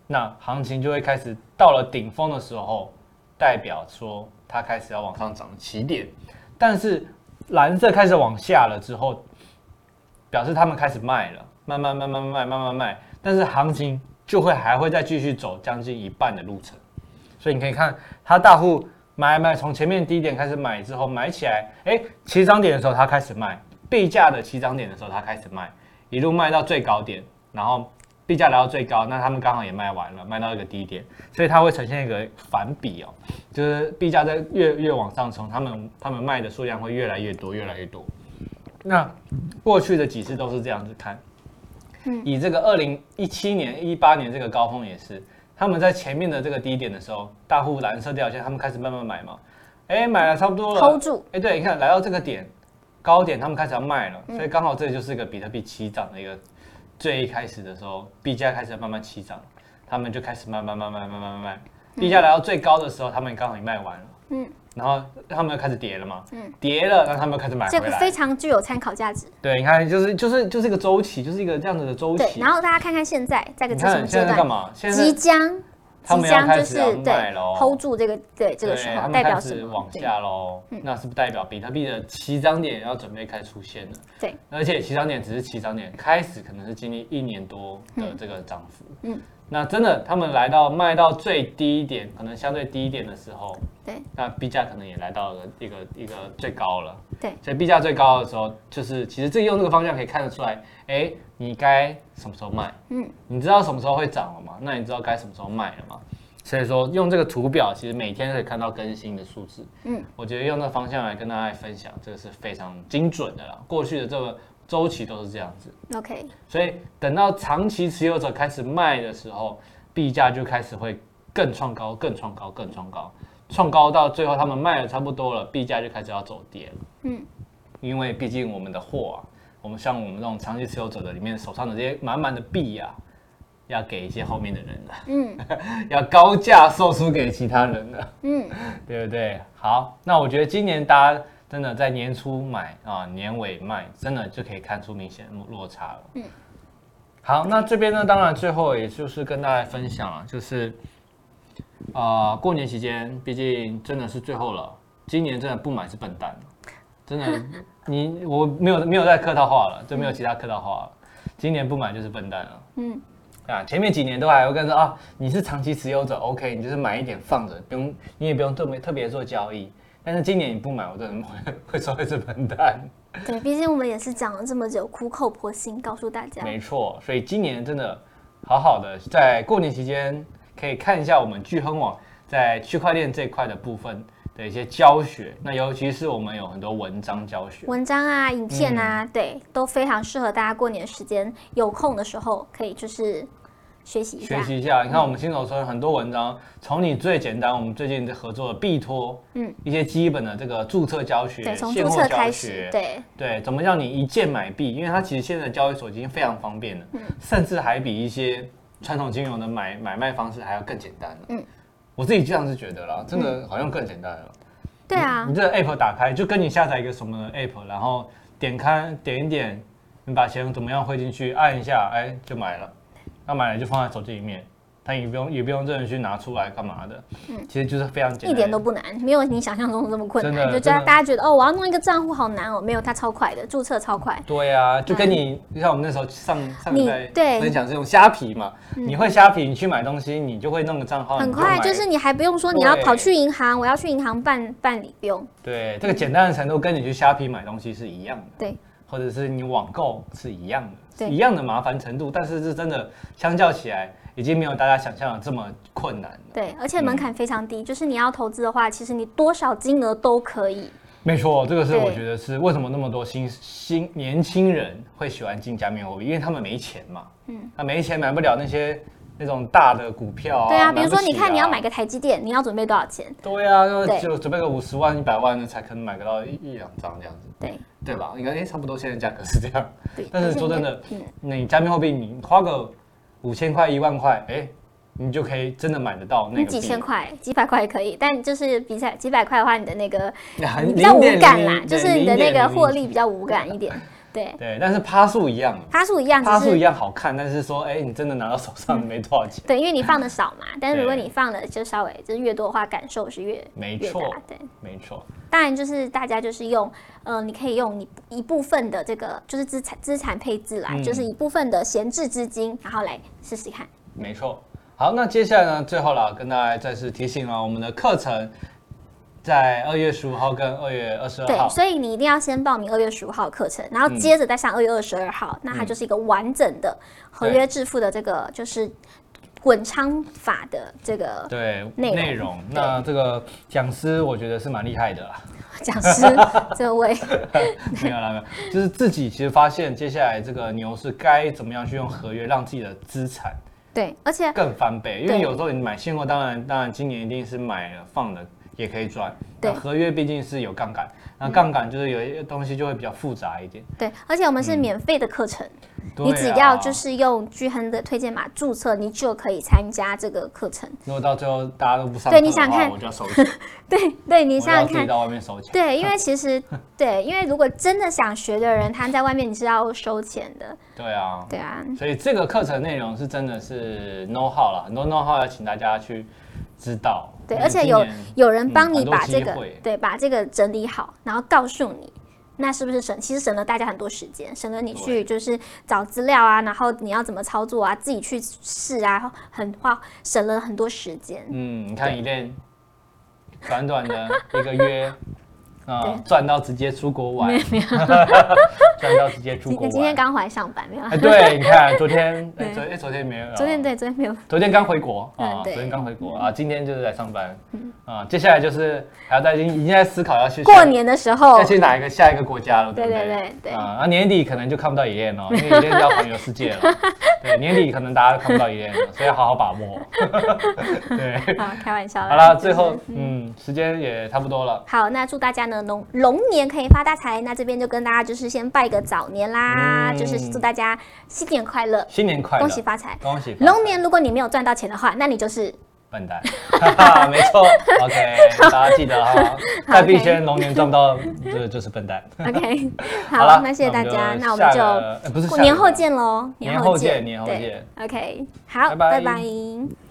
[SPEAKER 1] 那行情就会开始到了顶峰的时候，代表说它开始要往上涨的起点。但是蓝色开始往下了之后，表示他们开始卖了，慢慢慢慢慢慢慢慢卖，但是行情就会还会再继续走将近一半的路程。所以你可以看它大户买买，从前面低点开始买之后买起来，哎，起涨点的时候它开始卖，币价的起涨点的时候它开始卖，一路卖到最高点，然后币价来到最高，那他们刚好也卖完了，卖到一个低点，所以它会呈现一个反比哦，就是币价在越越往上冲，他们他们卖的数量会越来越多，越来越多。那过去的几次都是这样子看，
[SPEAKER 2] 嗯
[SPEAKER 1] 以这个二零一七年、一八年这个高峰也是，他们在前面的这个低点的时候，大户蓝色掉线，他们开始慢慢买嘛，哎，买了差不多了
[SPEAKER 2] ，hold 住，
[SPEAKER 1] 哎，对，你看来到这个点高点，他们开始要卖了，
[SPEAKER 2] 嗯
[SPEAKER 1] 所以刚好这就是一个比特币起涨的一个最一开始的时候，币价开始慢慢起涨，他们就开始慢慢慢慢慢慢慢慢，币价来到最高的时候，他们刚好也卖完了，
[SPEAKER 2] 嗯，
[SPEAKER 1] 然后他们又开始跌了嘛，
[SPEAKER 2] 嗯
[SPEAKER 1] 跌了，那他们又开始买回
[SPEAKER 2] 这个
[SPEAKER 1] 来
[SPEAKER 2] 非，常具有参考价值。
[SPEAKER 1] 对，你看就是就是就是一个周期，就是一个这样子的周
[SPEAKER 2] 对，
[SPEAKER 1] 期
[SPEAKER 2] 然。后大家看看现在在个
[SPEAKER 1] 你
[SPEAKER 2] 这什
[SPEAKER 1] 看
[SPEAKER 2] 么
[SPEAKER 1] 现
[SPEAKER 2] 阶
[SPEAKER 1] 在在干
[SPEAKER 2] 段，
[SPEAKER 1] 嘛？现在
[SPEAKER 2] 即将
[SPEAKER 1] 他
[SPEAKER 2] 即
[SPEAKER 1] 们要
[SPEAKER 2] 将
[SPEAKER 1] 开
[SPEAKER 2] 就
[SPEAKER 1] 始
[SPEAKER 2] 是
[SPEAKER 1] 要卖
[SPEAKER 2] 对
[SPEAKER 1] 咯
[SPEAKER 2] hold 住这个对这个时
[SPEAKER 1] 对他
[SPEAKER 2] 候
[SPEAKER 1] 们
[SPEAKER 2] 代表
[SPEAKER 1] 开
[SPEAKER 2] 什
[SPEAKER 1] 始
[SPEAKER 2] 么？
[SPEAKER 1] 往
[SPEAKER 2] 对嗯
[SPEAKER 1] 下喽，那是不是代表比特币的起涨点要准备开始出现了？
[SPEAKER 2] 对，
[SPEAKER 1] 而且起涨点只是起涨点，开始可能是经历一年多的这个涨幅。
[SPEAKER 2] 嗯嗯
[SPEAKER 1] 那真的他们来到卖到最低点，可能相对低点的时候，
[SPEAKER 2] 对
[SPEAKER 1] 那币价可能也来到了一个一个最高了。
[SPEAKER 2] 对，
[SPEAKER 1] 所以币价最高的时候，就是其实这用这个方向可以看得出来，哎，你该什么时候卖？
[SPEAKER 2] 嗯，
[SPEAKER 1] 你知道什么时候会涨了吗？那你知道该什么时候卖了吗？所以说用这个图表，其实每天可以看到更新的数字。
[SPEAKER 2] 嗯，
[SPEAKER 1] 我觉得用这个方向来跟大家来分享，这个是非常精准的啦。过去的这个周期都是这样子，
[SPEAKER 2] OK，
[SPEAKER 1] 所以等到长期持有者开始卖的时候，币价就开始会更创高、更创高、更创高，创高到最后他们卖的差不多了，币价就开始要走跌了。
[SPEAKER 2] 嗯，
[SPEAKER 1] 因为毕竟我们的货啊，我们像我们这种长期持有者的里面手上的这些满满的币啊，要给一些后面的人了，
[SPEAKER 2] 嗯
[SPEAKER 1] 要高价售出给其他人了。
[SPEAKER 2] 嗯，
[SPEAKER 1] *laughs* 对不对？好，那我觉得今年大家真的在年初买啊，年尾卖，真的就可以看出明显的落差了。嗯，好，那这边呢，当然最后也就是跟大家分享了，就是呃，过年期间，毕竟真的是最后了，今年真的不买是笨蛋，真的，你我没有没有再客套话了，就没有其他客套话了，今年不买就是笨蛋了。
[SPEAKER 2] 嗯。
[SPEAKER 1] 啊，前面几年都还会跟说啊，你是长期持有者，OK，你就是买一点放着，不用你也不用特别特别做交易。但是今年你不买，我真的会 *laughs* 会说会是笨蛋。
[SPEAKER 2] 对，毕竟我们也是讲了这么久，苦口婆心告诉大家，
[SPEAKER 1] 没错，所以今年真的好好的在过年期间可以看一下我们聚亨网在区块链这块的部分的一些教学。那尤其是我们有很多文章教学，
[SPEAKER 2] 文章啊、影片啊，
[SPEAKER 1] 嗯
[SPEAKER 2] 对，都非常适合大家过年时间有空的时候可以就是学习一
[SPEAKER 1] 学
[SPEAKER 2] 下。
[SPEAKER 1] 习一下。你看我们新手村很多文章，从你最简单，我们最近合作的币托，
[SPEAKER 2] 嗯
[SPEAKER 1] 嗯，一些基本的这个注册教学、
[SPEAKER 2] 对，从
[SPEAKER 1] 现
[SPEAKER 2] 注
[SPEAKER 1] 货
[SPEAKER 2] 册
[SPEAKER 1] 教
[SPEAKER 2] 开始
[SPEAKER 1] 学，，
[SPEAKER 2] 对，
[SPEAKER 1] 对，怎么让你一键买币？因为它其实现在的交易所已经非常方便
[SPEAKER 2] 嗯
[SPEAKER 1] 了，甚至还比一些传统金融的买买卖方式还要更简单了。
[SPEAKER 2] 嗯
[SPEAKER 1] 我自己这样是觉得啦，真的好像更简单了。
[SPEAKER 2] 对啊
[SPEAKER 1] 你，这个 app 打开，就跟你下载一个什么 app，然后点开点一点，你把钱怎么样汇进去，按一下，哎，就买了。那买了就放在手机里面，但也不用也不用真的去拿出来干嘛的，其实就是非常简单，
[SPEAKER 2] 嗯一点都不难，没有你想象中的这么困
[SPEAKER 1] 嗯真
[SPEAKER 2] 难。
[SPEAKER 1] 的
[SPEAKER 2] 就
[SPEAKER 1] 真
[SPEAKER 2] 大
[SPEAKER 1] 的
[SPEAKER 2] 大家觉得哦，我要弄一个账户好难哦，没有，它超快的，注册超快。
[SPEAKER 1] 对啊，就跟你、就像我们那时候上上
[SPEAKER 2] 你
[SPEAKER 1] 礼拜
[SPEAKER 2] 对
[SPEAKER 1] 分享是用虾皮嘛，你会虾皮，你去买东西，你就会弄个账号，
[SPEAKER 2] 很
[SPEAKER 1] 哦你
[SPEAKER 2] 快，
[SPEAKER 1] 买
[SPEAKER 2] 就是你还不用说你要
[SPEAKER 1] 对
[SPEAKER 2] 跑去银行，我要去银行办办理，不用。
[SPEAKER 1] 对这个简单的程度，跟你去虾皮买东西是一样的，
[SPEAKER 2] 对，
[SPEAKER 1] 或者是你网购是一样的，
[SPEAKER 2] 对
[SPEAKER 1] 一样的麻烦程度，但是是真的相较起来，已经没有大家想象的这么困难了。
[SPEAKER 2] 对，而且
[SPEAKER 1] 嗯
[SPEAKER 2] 门槛非常低，就是你要投资的话，其实你多少金额都可以。
[SPEAKER 1] 没错，这个是
[SPEAKER 2] 对
[SPEAKER 1] 我觉得是为什么那么多新新年轻人会喜欢进加密货币，因为他们没钱嘛，嗯，他没钱买不了那些那种大的股票啊，
[SPEAKER 2] 对啊，
[SPEAKER 1] 买
[SPEAKER 2] 比如
[SPEAKER 1] 不
[SPEAKER 2] 说你
[SPEAKER 1] 起
[SPEAKER 2] 看你要
[SPEAKER 1] 啊
[SPEAKER 2] 买个台积电，你要准备多少钱？
[SPEAKER 1] 对呀、啊，
[SPEAKER 2] 对
[SPEAKER 1] 那就准备个五十万、一百万的才可能买得到一一两张这样子，
[SPEAKER 2] 对
[SPEAKER 1] 对吧？你看，哎、差不多现在价格是这样。
[SPEAKER 2] 对。
[SPEAKER 1] 但是
[SPEAKER 2] 就
[SPEAKER 1] 说真的
[SPEAKER 2] 你，嗯，
[SPEAKER 1] 那你加密货币，你花个五千块、一万块，哎、你就可以真的买得到那
[SPEAKER 2] 你
[SPEAKER 1] 个
[SPEAKER 2] 几
[SPEAKER 1] 币 *laughs*
[SPEAKER 2] 千，块、几百块也可以，但就是比起来几百块的话，你的那个
[SPEAKER 1] 你
[SPEAKER 2] 你比较无感啦，就是你的那个获。
[SPEAKER 1] 0.00
[SPEAKER 2] 利比较无感一点。对，
[SPEAKER 1] 对，但是趴数一样，
[SPEAKER 2] 趴数一样，
[SPEAKER 1] 趴
[SPEAKER 2] 只
[SPEAKER 1] 数一
[SPEAKER 2] 啊是
[SPEAKER 1] 样好看，但是说，哎、你真的拿到手上没多少钱。
[SPEAKER 2] 对，因为你放的少嘛，但是如果
[SPEAKER 1] 对
[SPEAKER 2] 你放的就稍微就是越多的话，感受是越
[SPEAKER 1] 没
[SPEAKER 2] 越
[SPEAKER 1] 错
[SPEAKER 2] 大。对，
[SPEAKER 1] 没错，
[SPEAKER 2] 当然就是大家就是用，呃，你可以用你一部分的这个就是资产资产配置啦，
[SPEAKER 1] 嗯
[SPEAKER 2] 就是一部分的闲置资金，然后来试试看。
[SPEAKER 1] 没错。好，那接下来呢，最后啦，跟大家再次提醒啊了，我们的课程在二月十五号跟二月二十二号
[SPEAKER 2] 对，。所以你一定要先报名二月十五号的课程，
[SPEAKER 1] 嗯
[SPEAKER 2] 然后接着再上二月二十二号，那它就是一个完整的合约致富的这个就是滚仓法的这 *laughs* 个
[SPEAKER 1] 对
[SPEAKER 2] 内容对
[SPEAKER 1] 那这个讲师我觉得是蛮厉害的
[SPEAKER 2] *laughs*
[SPEAKER 1] 啦，
[SPEAKER 2] 讲师 *laughs*
[SPEAKER 1] *laughs*
[SPEAKER 2] 这位，
[SPEAKER 1] 没有啦，没有，就是自己其实发现接下来这个牛市该怎么样去用合约让自己的资
[SPEAKER 2] *laughs*
[SPEAKER 1] 产
[SPEAKER 2] 对，而且
[SPEAKER 1] 更翻倍，因为
[SPEAKER 2] 对
[SPEAKER 1] 有时候你买现货，当然当然今年一定是买了放了也可以赚，
[SPEAKER 2] 对嗯
[SPEAKER 1] 那合约毕竟是有杠杆，那杠杆就是有一些东西就会比较复杂一点，
[SPEAKER 2] 对，而且我们是免费的课程，
[SPEAKER 1] 嗯对
[SPEAKER 2] 你只
[SPEAKER 1] 啊
[SPEAKER 2] 要就是用巨亨的推荐码注册，你就可以参加这个课程。
[SPEAKER 1] 如果到最后大家都不上
[SPEAKER 2] 对
[SPEAKER 1] 课
[SPEAKER 2] 你
[SPEAKER 1] 的
[SPEAKER 2] 想
[SPEAKER 1] 话，
[SPEAKER 2] 看
[SPEAKER 1] 我就要收钱，
[SPEAKER 2] 对对，你
[SPEAKER 1] 我
[SPEAKER 2] 想
[SPEAKER 1] 要
[SPEAKER 2] 想
[SPEAKER 1] 自己
[SPEAKER 2] 看，
[SPEAKER 1] 到外面收钱，
[SPEAKER 2] 对，因为其实对，因为如果真的想学的人，他在外面你是要收钱的，
[SPEAKER 1] 对啊，
[SPEAKER 2] 对啊，
[SPEAKER 1] 所以这个课程内容是真的是 know how 了，很多 know how 要请大家去知道。
[SPEAKER 2] 对，
[SPEAKER 1] 嗯
[SPEAKER 2] 而且
[SPEAKER 1] 今
[SPEAKER 2] 有
[SPEAKER 1] 年
[SPEAKER 2] 有人
[SPEAKER 1] 嗯
[SPEAKER 2] 帮你
[SPEAKER 1] 很多
[SPEAKER 2] 把这
[SPEAKER 1] 机
[SPEAKER 2] 个
[SPEAKER 1] 会
[SPEAKER 2] 对把这个整理好，然后告诉你。那是不是省？其实省了大家很多时间，省了你去就是找资料啊，然后你要怎么操作啊，自己去试啊，很花省了很多时间。
[SPEAKER 1] 嗯，你看一练短短的一个
[SPEAKER 2] *laughs*
[SPEAKER 1] 月，啊、
[SPEAKER 2] 对
[SPEAKER 1] 赚到直接出国玩， *laughs* 赚到直接出
[SPEAKER 2] 今
[SPEAKER 1] 国
[SPEAKER 2] 今天
[SPEAKER 1] 玩。
[SPEAKER 2] 刚回来上班没有啊？
[SPEAKER 1] 啊哎，
[SPEAKER 2] *laughs*
[SPEAKER 1] 对，你看昨天，哎，
[SPEAKER 2] 对
[SPEAKER 1] 昨哎昨天没有啊，
[SPEAKER 2] 昨天对，昨天
[SPEAKER 1] *laughs*
[SPEAKER 2] 没有。
[SPEAKER 1] 昨天刚回国
[SPEAKER 2] 嗯
[SPEAKER 1] 啊，
[SPEAKER 2] 对
[SPEAKER 1] 昨天刚回国啊，今天就是来上班啊，接下来就是还要在已经已经在思考要去
[SPEAKER 2] 过年的时候
[SPEAKER 1] 要，去哪一个 *laughs* 下一个国家了，
[SPEAKER 2] 对
[SPEAKER 1] 不
[SPEAKER 2] 对对对
[SPEAKER 1] 啊，那年底可能就看不到爷爷
[SPEAKER 2] *laughs*
[SPEAKER 1] 了，因为爷爷要环游世界了。对，年底可能大家都看不到爷爷了，所以要好好把握。 *laughs* 对，
[SPEAKER 2] 好开玩笑啦。
[SPEAKER 1] 好了，
[SPEAKER 2] 就是
[SPEAKER 1] 最后嗯，时间也差不多了。
[SPEAKER 2] 好，那祝大家呢龙龙年可以发大财。那这边就跟大家就是先拜个早年啦，
[SPEAKER 1] 嗯
[SPEAKER 2] 就是祝大家新年快乐，
[SPEAKER 1] 新年快乐，
[SPEAKER 2] 恭喜发财。
[SPEAKER 1] 恭喜发财
[SPEAKER 2] 龙年如果你没有赚到钱的话，那
[SPEAKER 1] *laughs*
[SPEAKER 2] 你就是
[SPEAKER 1] 笨蛋，哈哈，没错，OK，大
[SPEAKER 2] *laughs*
[SPEAKER 1] 家记得哈，
[SPEAKER 2] 好
[SPEAKER 1] 在币
[SPEAKER 2] OK
[SPEAKER 1] 圈龙年赚不到，这就是笨蛋。
[SPEAKER 2] OK。好，
[SPEAKER 1] 了，
[SPEAKER 2] 那谢谢大家，那我
[SPEAKER 1] 下
[SPEAKER 2] 们
[SPEAKER 1] 个
[SPEAKER 2] 就
[SPEAKER 1] 呃不是
[SPEAKER 2] 过
[SPEAKER 1] 下
[SPEAKER 2] 年
[SPEAKER 1] 个
[SPEAKER 2] 后见喽，
[SPEAKER 1] 年后见年后
[SPEAKER 2] 对
[SPEAKER 1] 见
[SPEAKER 2] ，OK，好，
[SPEAKER 1] 拜拜
[SPEAKER 2] 拜拜